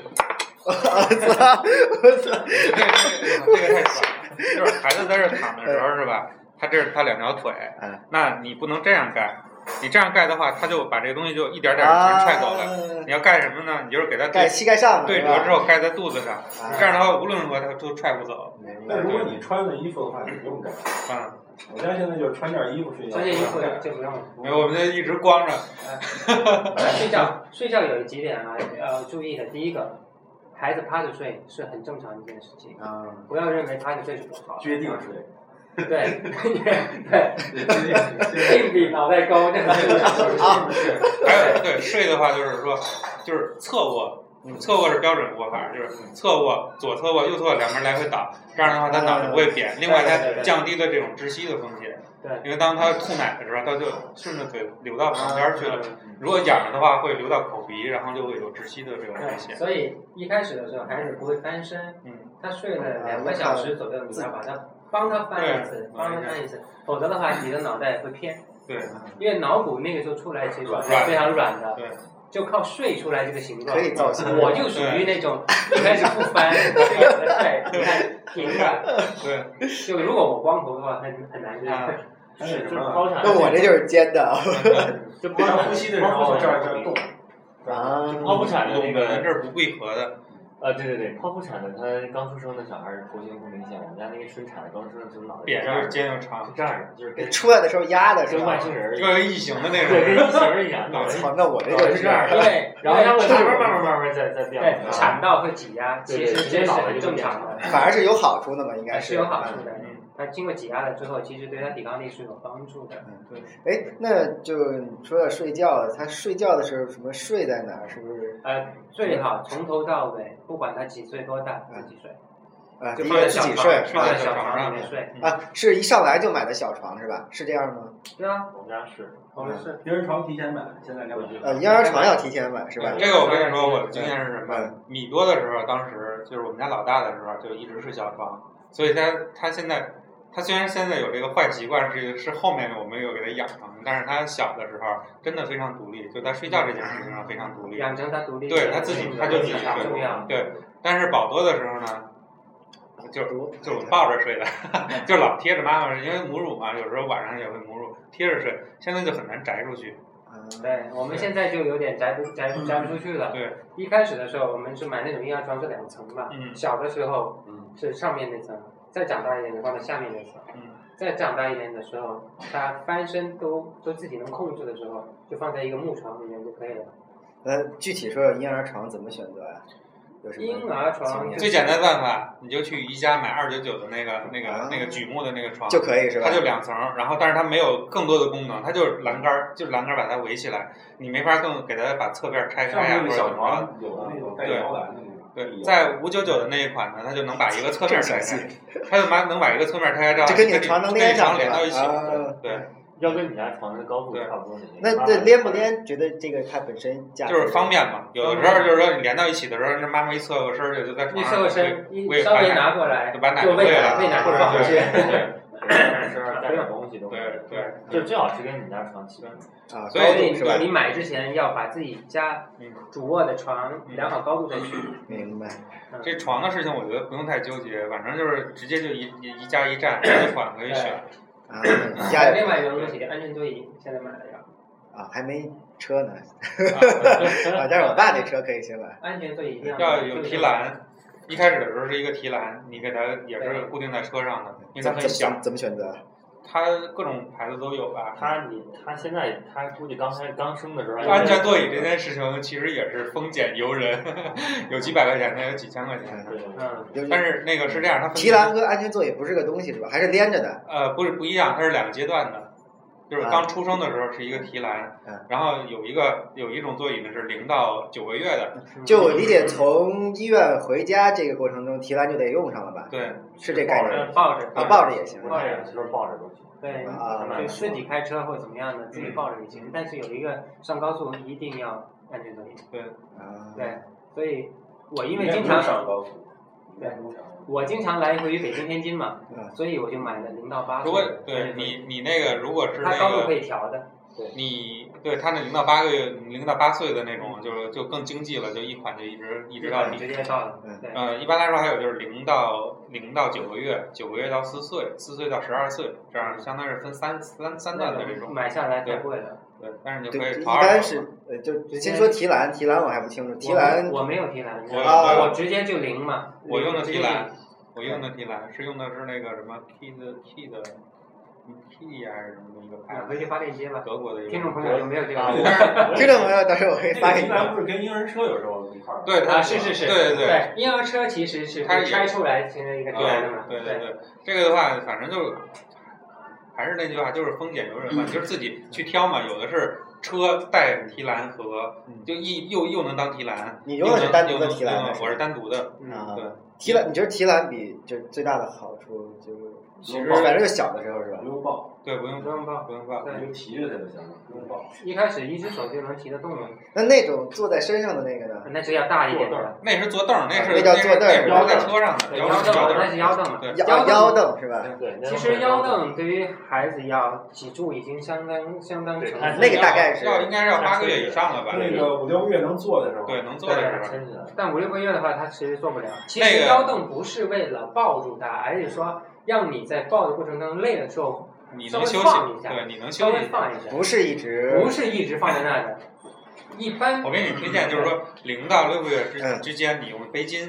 Speaker 3: 我操！我操！
Speaker 1: 这个这个这个太爽了。就是孩子在这躺的时候是吧？他这是他两条腿
Speaker 3: 嗯，
Speaker 1: 那你不能这样盖，你这样盖的话，他就把这个东西就一点点儿全踹走了。
Speaker 3: 了，
Speaker 1: 你要盖什么呢？你就是给他
Speaker 3: 啊盖
Speaker 1: 对
Speaker 3: 膝盖上的
Speaker 1: 对
Speaker 3: 是吧
Speaker 1: 折之后盖在肚子上，
Speaker 3: 啊
Speaker 1: 这样的话无论如何他都踹不走。
Speaker 3: 明
Speaker 4: 但
Speaker 3: 白
Speaker 4: 如果你穿着衣服的话，你不用盖。
Speaker 1: 嗯，
Speaker 4: 我家现在就是穿件衣服睡觉。
Speaker 2: 穿件衣服
Speaker 4: 盖
Speaker 2: 就不用了。
Speaker 1: 没有，我们就一直光着。
Speaker 2: 睡觉睡觉有几点啊要注意的，第一个，孩子趴着睡是很正常的一件事情，
Speaker 3: 啊，
Speaker 2: 不要认为趴着睡是不好的。
Speaker 4: 撅腚睡。
Speaker 2: (laughs) 对，对，
Speaker 4: 对撅腚睡
Speaker 2: 硬比脑袋高，这个是
Speaker 4: 啊，是
Speaker 1: (laughs) 还有对睡的话就是说，就是侧卧，嗯侧卧是标准卧法，就是侧卧左侧卧右侧卧两边来回倒，这样的话他脑袋不会扁，另外
Speaker 2: 哎对对
Speaker 1: 他
Speaker 2: 对
Speaker 1: 降低了这种窒息的风险。
Speaker 2: 对
Speaker 1: 因为当他吐奶的时候，他就顺着嘴流到旁边去
Speaker 2: 啊
Speaker 1: 了。如果仰着的话，会流到口鼻，然后就会有窒息的这种危
Speaker 2: 对，
Speaker 1: 险。
Speaker 2: 所以一开始的时候，孩子不会翻身，
Speaker 1: 嗯，
Speaker 2: 他睡了两个小时左右，你要把他帮他翻一次
Speaker 1: 对，
Speaker 2: 帮他翻一次，否则的话，你的脑袋会偏，
Speaker 1: 对
Speaker 2: 因为脑骨那个时候出来其实
Speaker 4: 软
Speaker 2: 是非常软的，
Speaker 1: 对，
Speaker 2: 就靠睡出来这个形状。
Speaker 3: 可以造型
Speaker 2: 我就属于那种一开始不翻，对，你看平的。
Speaker 1: 对，
Speaker 2: 就如果我光头的话，很很难
Speaker 3: (laughs)
Speaker 2: (laughs)
Speaker 1: 啊
Speaker 2: 看。
Speaker 6: 是
Speaker 4: 是
Speaker 6: 就
Speaker 4: 什么
Speaker 6: 包产，
Speaker 3: 那我这就是尖的
Speaker 6: 就包
Speaker 4: 平常
Speaker 6: 产
Speaker 4: 呼吸的时候这儿这儿动，
Speaker 3: 啊
Speaker 6: 就剖腹产的那
Speaker 1: 我们这
Speaker 6: 个，
Speaker 1: 儿不闭合的，
Speaker 6: 呃，对对对，剖腹产的，他刚出生的小孩儿头型不明显，我们家那个顺产的刚出生就脑袋
Speaker 1: 扁
Speaker 6: 这
Speaker 1: 就是
Speaker 6: 儿，
Speaker 1: 尖又
Speaker 6: 是
Speaker 1: 长，
Speaker 6: 这样的，就是
Speaker 3: (laughs)
Speaker 6: 跟
Speaker 3: 出来的时候压的是
Speaker 6: 跟
Speaker 3: 吧
Speaker 6: 外？星人儿一
Speaker 1: 就
Speaker 6: 样，
Speaker 1: 跟异形的那
Speaker 6: 对，跟
Speaker 1: 种。
Speaker 6: 异形儿一样，脑
Speaker 3: 我
Speaker 6: 袋
Speaker 3: 操，那我这
Speaker 6: 脑袋
Speaker 3: 就是是
Speaker 6: 哦这样的，
Speaker 2: 对，
Speaker 6: 然后它会慢慢
Speaker 3: 是
Speaker 6: 慢慢慢慢再再变
Speaker 2: 对，啊
Speaker 6: 化，
Speaker 2: 产道会挤压，
Speaker 6: 对
Speaker 2: 其
Speaker 6: 对
Speaker 2: 实
Speaker 6: 直接
Speaker 2: 这是
Speaker 6: 脑袋
Speaker 2: 很
Speaker 6: 就
Speaker 2: 正
Speaker 6: 变
Speaker 2: 常
Speaker 6: 长
Speaker 2: 的
Speaker 6: 了。
Speaker 2: (laughs)
Speaker 3: 反而是有好处的嘛，应该
Speaker 2: 还
Speaker 3: 是
Speaker 2: 是有好处的
Speaker 1: 嗯。
Speaker 2: 那经过挤压了之后，其实对他抵抗力是有帮助的。
Speaker 3: 哎，那就你说到睡觉，他睡觉的时候什么睡在哪儿？是不是？
Speaker 2: 呃，最好从头到尾，不管他几岁多大，自己睡，
Speaker 3: 啊，
Speaker 2: 嗯就
Speaker 3: 第一
Speaker 2: 放在
Speaker 3: 个自
Speaker 2: 小
Speaker 3: 己
Speaker 2: 床，
Speaker 3: 睡
Speaker 2: 放在
Speaker 1: 啊
Speaker 2: 小
Speaker 1: 小床
Speaker 2: 床
Speaker 1: 上
Speaker 2: 里面睡。
Speaker 3: 啊，是一上来就买的小床是吧？是这样吗？
Speaker 2: 对啊，
Speaker 6: 我们家是，
Speaker 2: 我们是
Speaker 4: 婴儿啊床提前买，现在两
Speaker 6: 我
Speaker 4: 百
Speaker 6: 觉。得
Speaker 3: 呃，婴儿床要提前买是吧？
Speaker 1: 这个我跟你说，我的经验是什么？米多的时候，当时就是我们家老大的时候，就一直是小床，所以他他现在他虽然现在有这个坏习惯是是后面我们有给他养成的，但是他小的时候真的非常独立，就在睡觉这件事情上非常独立。
Speaker 2: 养成他独立，
Speaker 1: 对他自己他就自己睡
Speaker 2: 很重要。
Speaker 1: 对，但是宝多的时候呢，就
Speaker 3: 读
Speaker 1: 就我抱着睡的， (laughs) 就老贴着妈妈睡，因为母乳嘛，有时候晚上也会母乳贴着睡，现在就很难摘出去。
Speaker 3: 嗯
Speaker 2: 对，我们现在就有点摘不摘
Speaker 1: 嗯
Speaker 2: 不摘不出去了。
Speaker 1: 对，
Speaker 2: 一开始的时候，我们是买那种婴儿床是两层嘛，
Speaker 1: 嗯
Speaker 2: 小的时候
Speaker 4: 嗯，
Speaker 2: 是上面那层，再长大一点的放到下面那层，
Speaker 1: 嗯
Speaker 2: 再长大一点的时候，他翻身都都自己能控制的时候，就放在一个木床里面就可以了。
Speaker 3: 那呃具体说说婴儿床怎么选择呀？有什么
Speaker 2: 婴儿床
Speaker 3: 经验
Speaker 1: 最简单的办法，你就去宜家买二九九的那个那个
Speaker 3: 啊
Speaker 1: 那个榉木的那个床，
Speaker 3: 就可以是吧
Speaker 1: 它？就两层，然后但是它没有更多的功能，它就是栏杆儿，就是栏杆儿把它围起来，你没法更给它把侧边拆
Speaker 4: 上
Speaker 1: 开呀或
Speaker 4: 面那个
Speaker 1: 者怎
Speaker 4: 小
Speaker 1: 么着。
Speaker 4: 床有那种带摇篮的那种。
Speaker 1: 对，在五九九的那一款呢，它就能把一个侧面拆
Speaker 3: 这
Speaker 1: 开，它就把能把一个侧面拆开，这样
Speaker 3: 就跟你的床能连上
Speaker 1: 跟你的床连
Speaker 3: 是吧
Speaker 1: 到一起。
Speaker 3: 啊
Speaker 1: 对，
Speaker 6: 要跟你家床的高度差不多。
Speaker 3: 那这连不？连？觉得这个它本身价值
Speaker 1: 就是方便嘛。有的时候就是说你连到一起的时候，那妈妈一侧过身儿就就在
Speaker 2: 一
Speaker 1: 床
Speaker 2: 侧
Speaker 1: 上
Speaker 2: 过
Speaker 1: 就
Speaker 2: 身，一
Speaker 1: 喂
Speaker 2: 稍微
Speaker 1: 把奶
Speaker 2: 拿过来
Speaker 1: 就把奶
Speaker 2: 就喂
Speaker 1: 喂
Speaker 2: 奶，
Speaker 1: 了
Speaker 2: 喂奶
Speaker 3: 啊
Speaker 2: 或者放回去。
Speaker 6: 对，这儿带点东西都可
Speaker 1: 对
Speaker 6: 以。
Speaker 1: 对，
Speaker 6: 就最好是跟你家床齐平。
Speaker 3: 啊，
Speaker 1: 所以
Speaker 3: 高
Speaker 2: 所以
Speaker 3: 度是吧
Speaker 2: 你？你买之前要把自己家
Speaker 1: 嗯
Speaker 2: 主卧的床量好高度再去。
Speaker 3: 明白。
Speaker 1: 这床的事情我觉得不用太纠结，反正就是直接就一一一家一站，一款可以选。
Speaker 3: 啊，
Speaker 2: 还有
Speaker 3: 家
Speaker 2: 另外一个东西，安全座椅现在买了要，
Speaker 3: 啊还没车呢，啊
Speaker 1: (laughs)
Speaker 6: 啊，
Speaker 3: 但是我爸那车可以先买。
Speaker 2: 安全座椅一定要
Speaker 1: 要
Speaker 2: 买
Speaker 1: 有提。篮，一开始的时候是一个提篮，你给它也是固定在车上的，因为它
Speaker 3: 怎么
Speaker 1: 很
Speaker 3: 怎
Speaker 1: 小
Speaker 3: 么，怎么选择？
Speaker 1: 它各种牌子都有吧。
Speaker 6: 他你他现在他估计刚开刚生的时候，
Speaker 1: 安全座椅这件事情其实也是丰俭由人， (laughs) 有几百块钱的，有几千块钱的。
Speaker 6: 对
Speaker 2: 嗯，
Speaker 3: 就是
Speaker 1: 但是那个是这样，它分
Speaker 3: 提篮和安全座椅不是个东西是吧？还是连着的。
Speaker 1: 呃，不是不一样，它是两个阶段的，就是
Speaker 2: 嗯
Speaker 3: 啊
Speaker 1: 刚出生的时候是一个提篮，
Speaker 3: 嗯
Speaker 1: 然后有一个有一种座椅呢是零到九个月
Speaker 2: 嗯
Speaker 1: 的，
Speaker 3: 就我理解，从医院回家这个过程中，提篮就得用上了吧？
Speaker 1: 对，
Speaker 3: 是这概念吗。
Speaker 2: 呃抱着
Speaker 3: 啊，抱着也行。
Speaker 6: 抱着就是抱着都行。
Speaker 2: 对，
Speaker 3: 啊
Speaker 2: 就自己开车或者怎么样的，自己抱着也行。但是有一个上高速一定要安全座椅。
Speaker 3: 啊，
Speaker 2: 对，所以我因为
Speaker 4: 应该
Speaker 2: 经
Speaker 4: 不
Speaker 2: 常
Speaker 4: 用上高速，应该不用上高速
Speaker 2: 我经常来回于北京、天津嘛，
Speaker 3: 嗯
Speaker 2: 所以我就买了零到八
Speaker 1: 如
Speaker 2: 岁
Speaker 1: 果
Speaker 2: 的。
Speaker 1: 对你你那个如果是
Speaker 2: 它高度
Speaker 1: 那
Speaker 2: 可
Speaker 1: 个
Speaker 2: 以调的，
Speaker 1: 你对他那零到八个月零到八岁的那种就是就更经济了，就一款就一直一直到
Speaker 2: 直
Speaker 1: 底。
Speaker 2: 接到了
Speaker 3: 嗯。
Speaker 2: 对，
Speaker 1: 呃，一般来说还有就是零到零到九个月，九个月到四岁，四岁到十二岁，这样相当于是分三三三段的这种。
Speaker 2: 买下来太贵了。
Speaker 1: 对，但是你就可
Speaker 3: 对，
Speaker 1: 以
Speaker 3: 一
Speaker 1: 淘二手
Speaker 3: 般是呃，就
Speaker 2: 直接
Speaker 3: 先说提篮，提篮我还不清楚。提篮
Speaker 2: 我我没有提篮，
Speaker 1: 我
Speaker 3: 啊
Speaker 2: 我直接就零嘛。
Speaker 1: 我用的提篮
Speaker 2: 直接
Speaker 1: 我用的提篮是用的是那个什么 Key 的 Key 的 Key 还是什么的一个
Speaker 2: 就零，
Speaker 1: 牌
Speaker 2: 啊回
Speaker 1: 子，
Speaker 2: 去发链接吧。
Speaker 1: 德国的一个。
Speaker 2: 听众朋友有没有这
Speaker 1: 啊
Speaker 6: 啊
Speaker 2: 个？
Speaker 3: (laughs) 听众朋友，到时候我可以
Speaker 4: 那
Speaker 3: 发
Speaker 4: 个
Speaker 3: 给
Speaker 4: 提
Speaker 3: 你。
Speaker 4: 篮不是跟婴儿车有时候一块儿？
Speaker 1: 对，它
Speaker 2: 啊，是是是，
Speaker 1: 对对对
Speaker 2: 对，婴儿车其实是
Speaker 1: 它
Speaker 2: 会
Speaker 1: 也
Speaker 2: 拆出来形成一个提篮的嘛
Speaker 1: 啊，，对对，对，这个的话，反正就是还是那句话，就是丰俭由人嘛，你就是自己去挑嘛。有的是车带提篮和
Speaker 3: 嗯，
Speaker 1: 就一又又能当提篮，
Speaker 3: 你
Speaker 1: 又
Speaker 3: 用的是
Speaker 1: 能
Speaker 3: 单独
Speaker 1: 又
Speaker 3: 的
Speaker 1: 能
Speaker 3: 提篮
Speaker 1: 又能
Speaker 3: 还是
Speaker 1: 我是单独的。
Speaker 2: 嗯，
Speaker 3: 啊
Speaker 1: 对，
Speaker 3: 提篮，你觉得提篮比就是最大的好处就是，
Speaker 1: 其实
Speaker 3: 反正就小的时候是吧
Speaker 4: 不？用抱，
Speaker 1: 对，不用
Speaker 2: 不用报
Speaker 1: 不用报。
Speaker 2: 对
Speaker 4: 你就提着它就行了，不用抱。
Speaker 2: 嗯一开始一只手就能提得动了，
Speaker 3: 那那种坐在身上的那个呢？
Speaker 2: 那是要大一
Speaker 6: 坐
Speaker 2: 点
Speaker 6: 凳
Speaker 2: 的
Speaker 6: 儿
Speaker 2: 了，
Speaker 1: 那是坐凳儿，那是
Speaker 3: 那叫坐
Speaker 1: 是
Speaker 3: 凳儿
Speaker 1: 那是在车上的
Speaker 2: 对
Speaker 1: 摇
Speaker 2: 腰凳
Speaker 1: 摇凳儿，对，
Speaker 2: 儿那是腰凳儿
Speaker 3: 腰腰凳是吧？
Speaker 6: 对，那
Speaker 2: 其
Speaker 6: 种
Speaker 2: 实
Speaker 6: 很
Speaker 2: 腰
Speaker 6: 高的
Speaker 2: 凳对于孩子要脊柱已经相当相当
Speaker 6: 对
Speaker 2: 成
Speaker 6: 它
Speaker 2: 熟
Speaker 3: 那个大概
Speaker 1: 要
Speaker 3: 是
Speaker 1: 要应该是要八个月以上了吧？
Speaker 4: 那
Speaker 1: 这
Speaker 4: 个五六个月能坐的时候，
Speaker 1: 对，能坐的时候，
Speaker 6: 撑起来。
Speaker 2: 但五六个月的话，他其实做不了。其
Speaker 1: 那
Speaker 2: 实
Speaker 1: 个
Speaker 2: 腰凳不是为了抱住他，而是说让你在抱的过程中累的时候
Speaker 1: 你
Speaker 2: 稍
Speaker 1: 能
Speaker 2: 微
Speaker 1: 休
Speaker 2: 放一
Speaker 1: 息，
Speaker 2: 下
Speaker 1: 对，你能
Speaker 2: 稍
Speaker 1: 休息
Speaker 2: 微
Speaker 1: 一下。
Speaker 2: 放一下，
Speaker 3: 不是一直
Speaker 2: 不是一直放在那的。一般
Speaker 1: 我给你推荐，就是说零到六个月之
Speaker 3: 嗯
Speaker 1: 之间，你用背巾，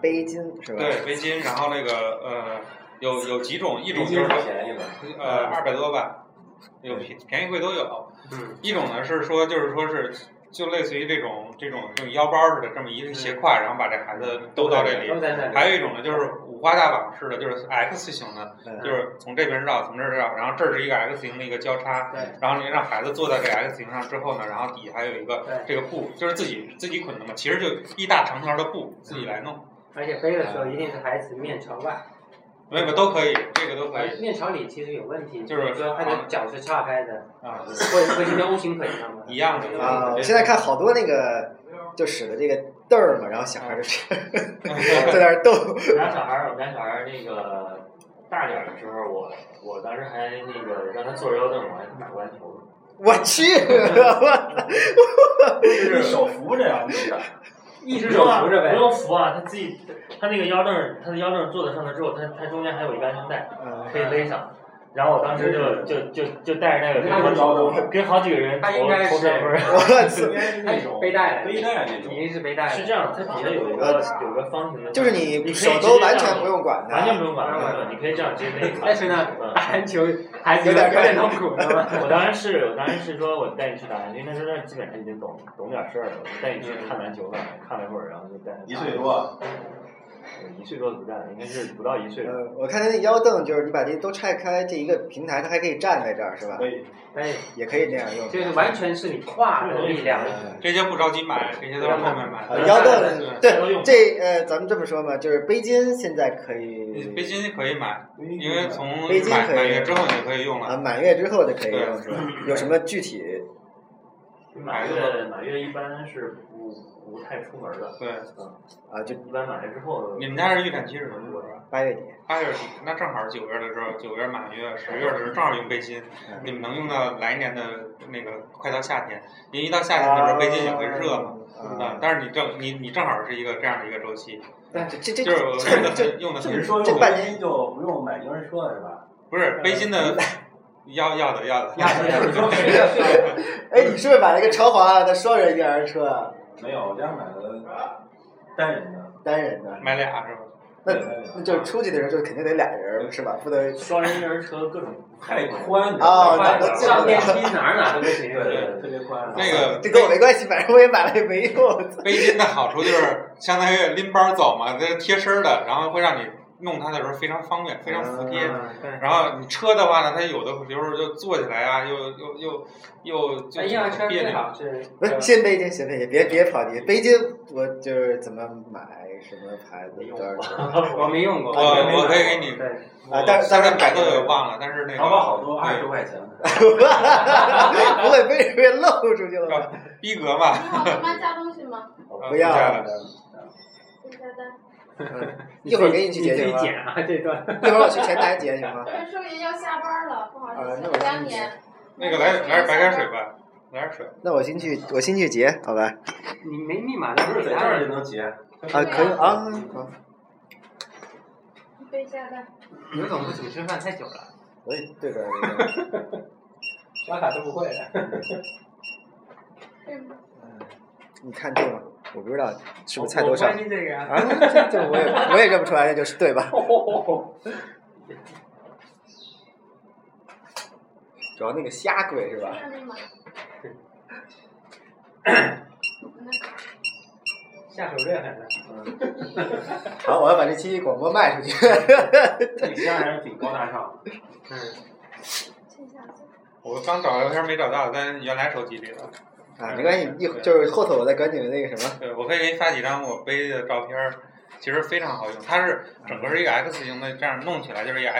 Speaker 3: 背巾是吧？
Speaker 1: 对，背巾，然后那个呃，有有几种，一种就是说
Speaker 4: 便 (laughs) 宜的，
Speaker 1: 呃二百多吧，有便便宜贵都有。
Speaker 2: 嗯，
Speaker 1: 一种呢是说就是说是就类似于这种这种这种腰包似的这么一个斜挎，然后把这孩子兜到这里。
Speaker 2: 嗯都在那里。
Speaker 1: 还有一种呢就是五花大绑式的，就是 X 型的，就
Speaker 3: 嗯，
Speaker 1: 是从这边绕，从这儿绕，然后这儿是一个 X 型的一个交叉，
Speaker 2: 对
Speaker 1: 然后你让孩子坐在这个 X 型上之后呢，然后底下还有一个这
Speaker 2: 对，
Speaker 1: 个布，就是自己自己捆的嘛，其实就一大长条的布自己来弄，
Speaker 2: 而且背的时候一定是孩子面朝外，
Speaker 1: 那个都可以，这个都可以
Speaker 2: 面朝里其实有问题，
Speaker 1: 就是
Speaker 2: 比如说他的脚是岔开的，
Speaker 1: 啊，
Speaker 2: 会会形成 U 型腿，你知道吗？
Speaker 1: (laughs) 一样的
Speaker 3: 啊，我现在看好多那个就使的这个凳儿嘛，然后小孩儿就是
Speaker 1: 嗯
Speaker 3: (laughs) 在那儿动，
Speaker 6: 我们家小孩儿，我们家小孩儿那个大点儿的时候，我我当时还那个让他坐着腰凳，我还打过篮球。
Speaker 3: 我去， (laughs)
Speaker 4: 就是手扶着呀，那个
Speaker 2: 一只手扶着
Speaker 6: 不
Speaker 2: 呗。
Speaker 6: 用扶啊，他自己他那个腰凳，他的腰凳坐在上头之后，他他中间还有一个安全带
Speaker 3: 嗯
Speaker 6: 可以勒上。然后我当时
Speaker 2: 嗯
Speaker 6: 就就就就带着那个
Speaker 4: 那
Speaker 6: 跟
Speaker 4: 个腰
Speaker 6: 好
Speaker 4: 凳，
Speaker 6: 跟好几个人投
Speaker 2: 他应该
Speaker 6: 投
Speaker 2: 是
Speaker 6: 三分儿。
Speaker 3: 我
Speaker 4: 应
Speaker 3: 操，
Speaker 4: 该是那种
Speaker 2: 哎背带来的
Speaker 4: 背带那种，
Speaker 2: 你是背带的，
Speaker 6: 是这样，它底下有一个有个方形的，
Speaker 3: 呃就是
Speaker 6: 你
Speaker 3: 你
Speaker 6: 可以
Speaker 3: 手
Speaker 6: 直接
Speaker 3: 都完
Speaker 6: 这样
Speaker 3: 全不用管
Speaker 6: 完全
Speaker 3: 它，
Speaker 6: 不用管了，你可以这样直接勒。
Speaker 2: 嗯但是呢，
Speaker 6: 嗯
Speaker 2: 打 (laughs) 篮球还是有点有点痛苦的嘛。
Speaker 6: (laughs) 我当然是，我当然是说我带你去打篮球，因为他说那基本上已经懂懂点事儿了，我就带你去看篮球了，看了一会儿，然后就带他
Speaker 4: 一岁，多，
Speaker 6: 嗯一岁多不大，应该是不到一岁。
Speaker 3: 嗯，我看他那腰凳就是你把这都拆开，这一个平台它还可以站在这儿是吧？
Speaker 4: 可以，
Speaker 2: 哎，
Speaker 3: 也可以这样用。
Speaker 2: 就是完全是你胯的力
Speaker 3: (laughs)
Speaker 2: 量。呃
Speaker 3: 嗯
Speaker 1: 这些不着急买，这些都是后面买
Speaker 3: 啊
Speaker 1: 的。
Speaker 2: (laughs)
Speaker 3: 腰
Speaker 1: 对
Speaker 3: 凳
Speaker 6: 都
Speaker 3: 对
Speaker 6: 用
Speaker 3: 这呃，咱们这么说嘛，就是背巾现在可以
Speaker 1: 背巾可以买，因为从
Speaker 3: 背巾
Speaker 1: 买
Speaker 3: 可以
Speaker 1: 买月之后你就可以用
Speaker 3: 啊，
Speaker 1: 了。
Speaker 3: 满月之后就可以用是吧？有什么具体
Speaker 6: 满月满月一般是不不太出门的，
Speaker 1: 对，
Speaker 3: 啊？就
Speaker 6: 一般满月之后，
Speaker 1: 你们家是预产期是什么时候啊？
Speaker 3: 八月底，
Speaker 1: 八月底，那正好是九月的时候，九月满月，十月的时候正好用背心，你们能用到来年的那个快到夏天，因为一到夏天的时候背巾也会热嘛。啊
Speaker 3: 啊，，
Speaker 1: 但是你正你你正好是一个这样的一个周期，
Speaker 3: 这这这
Speaker 1: 就是我用的很用的
Speaker 4: 这是
Speaker 1: 很
Speaker 4: 说
Speaker 3: 这
Speaker 4: 用
Speaker 3: 半
Speaker 4: 背心就不用买婴儿车了是吧？
Speaker 1: 不是背心的，要要的要的
Speaker 2: 要
Speaker 4: (laughs)
Speaker 2: 的要的
Speaker 3: 哎，你是不是买了个豪华的双人婴儿车啊？
Speaker 4: 没有，我家买的单人的，
Speaker 3: 单人的？
Speaker 1: 买俩是吧？
Speaker 3: 那
Speaker 4: 对单人的
Speaker 3: 那就是出去的时候就肯定得俩人是吧？不能
Speaker 6: 双人婴儿车各种
Speaker 4: 太宽了，
Speaker 3: 哦
Speaker 4: 宽
Speaker 3: 那
Speaker 4: 了
Speaker 3: 我记
Speaker 2: 上电梯哪儿哪儿都不行
Speaker 4: 对，对，特别宽。
Speaker 1: 那个
Speaker 3: (laughs) 这跟我没关系，反正我也买了也没
Speaker 1: (laughs)
Speaker 3: 用。
Speaker 1: 背心的好处就是相当于拎包走嘛，这是贴身儿的，然后会让你弄它的时候非常方便，非常服帖。
Speaker 3: 嗯
Speaker 1: 然后你车的话呢，它有的时候就坐起来啊，又又又又就
Speaker 2: 哎，婴儿车
Speaker 1: 别
Speaker 2: 最
Speaker 1: 扭。
Speaker 2: 好
Speaker 3: (laughs)
Speaker 2: 是
Speaker 3: 不
Speaker 1: 啊
Speaker 3: 是，先背巾，先背巾，别别跑题。背巾我就是怎么买，什么牌子，多少
Speaker 2: (laughs)
Speaker 3: 钱
Speaker 2: 我没用过。
Speaker 1: 我哦我可以给你，
Speaker 2: 对，
Speaker 3: 啊？但是但是
Speaker 1: 百
Speaker 3: 买
Speaker 1: 度也
Speaker 3: 的
Speaker 1: 忘了，但是那个
Speaker 4: 淘宝好多二十多块钱的，
Speaker 3: (laughs) 不会被被露出去了吧？
Speaker 1: 逼格嘛，呃
Speaker 7: 你好，妈加东西吗？
Speaker 3: 不要了
Speaker 1: 了。，
Speaker 7: 不加单。
Speaker 3: (laughs) 一会儿给你去
Speaker 2: 你
Speaker 3: 解
Speaker 2: 自
Speaker 3: 决
Speaker 2: 己
Speaker 3: 吗？
Speaker 2: 剪啊这段。
Speaker 3: 一会儿我去前台解行吗？
Speaker 7: 哎说明要下班了，不好
Speaker 3: 啊
Speaker 1: 呃
Speaker 7: 意
Speaker 3: 那
Speaker 7: 思，
Speaker 3: 我
Speaker 7: 两点。
Speaker 1: 那个来来点白开水吧，来点水。
Speaker 3: 那我先去，我先去结，好吧？
Speaker 2: 你没密码
Speaker 4: 不
Speaker 2: 的
Speaker 4: 是在这儿就能结，
Speaker 3: 啊，可以啊，好，
Speaker 7: 被下单。
Speaker 2: 刘总不请吃饭太久了，
Speaker 3: 我也对着。
Speaker 2: 刷卡都不会。
Speaker 7: 嗯
Speaker 3: 你看对吗？我不知道是不是菜
Speaker 2: 我
Speaker 3: 多少
Speaker 2: 关心这个呀。
Speaker 3: 啊？这这我也我也认不出来，那就是对吧？主要那个虾贵是吧？
Speaker 7: 这密
Speaker 1: (laughs)
Speaker 7: 码。
Speaker 2: (laughs) 下手略狠的，
Speaker 3: 好，我要把这期广播卖出去。
Speaker 4: (laughs) 你家人挺高大上。
Speaker 2: 嗯，
Speaker 7: 欠下去
Speaker 1: 我刚找聊天没找到，但原来手机里了。
Speaker 3: 啊，没关系，一会就是后头我再赶紧那个什么。
Speaker 1: 对，我可以给你发几张我背的照片儿，其实非常好用。它是整个是一个 X 型的，这样弄起来就是一个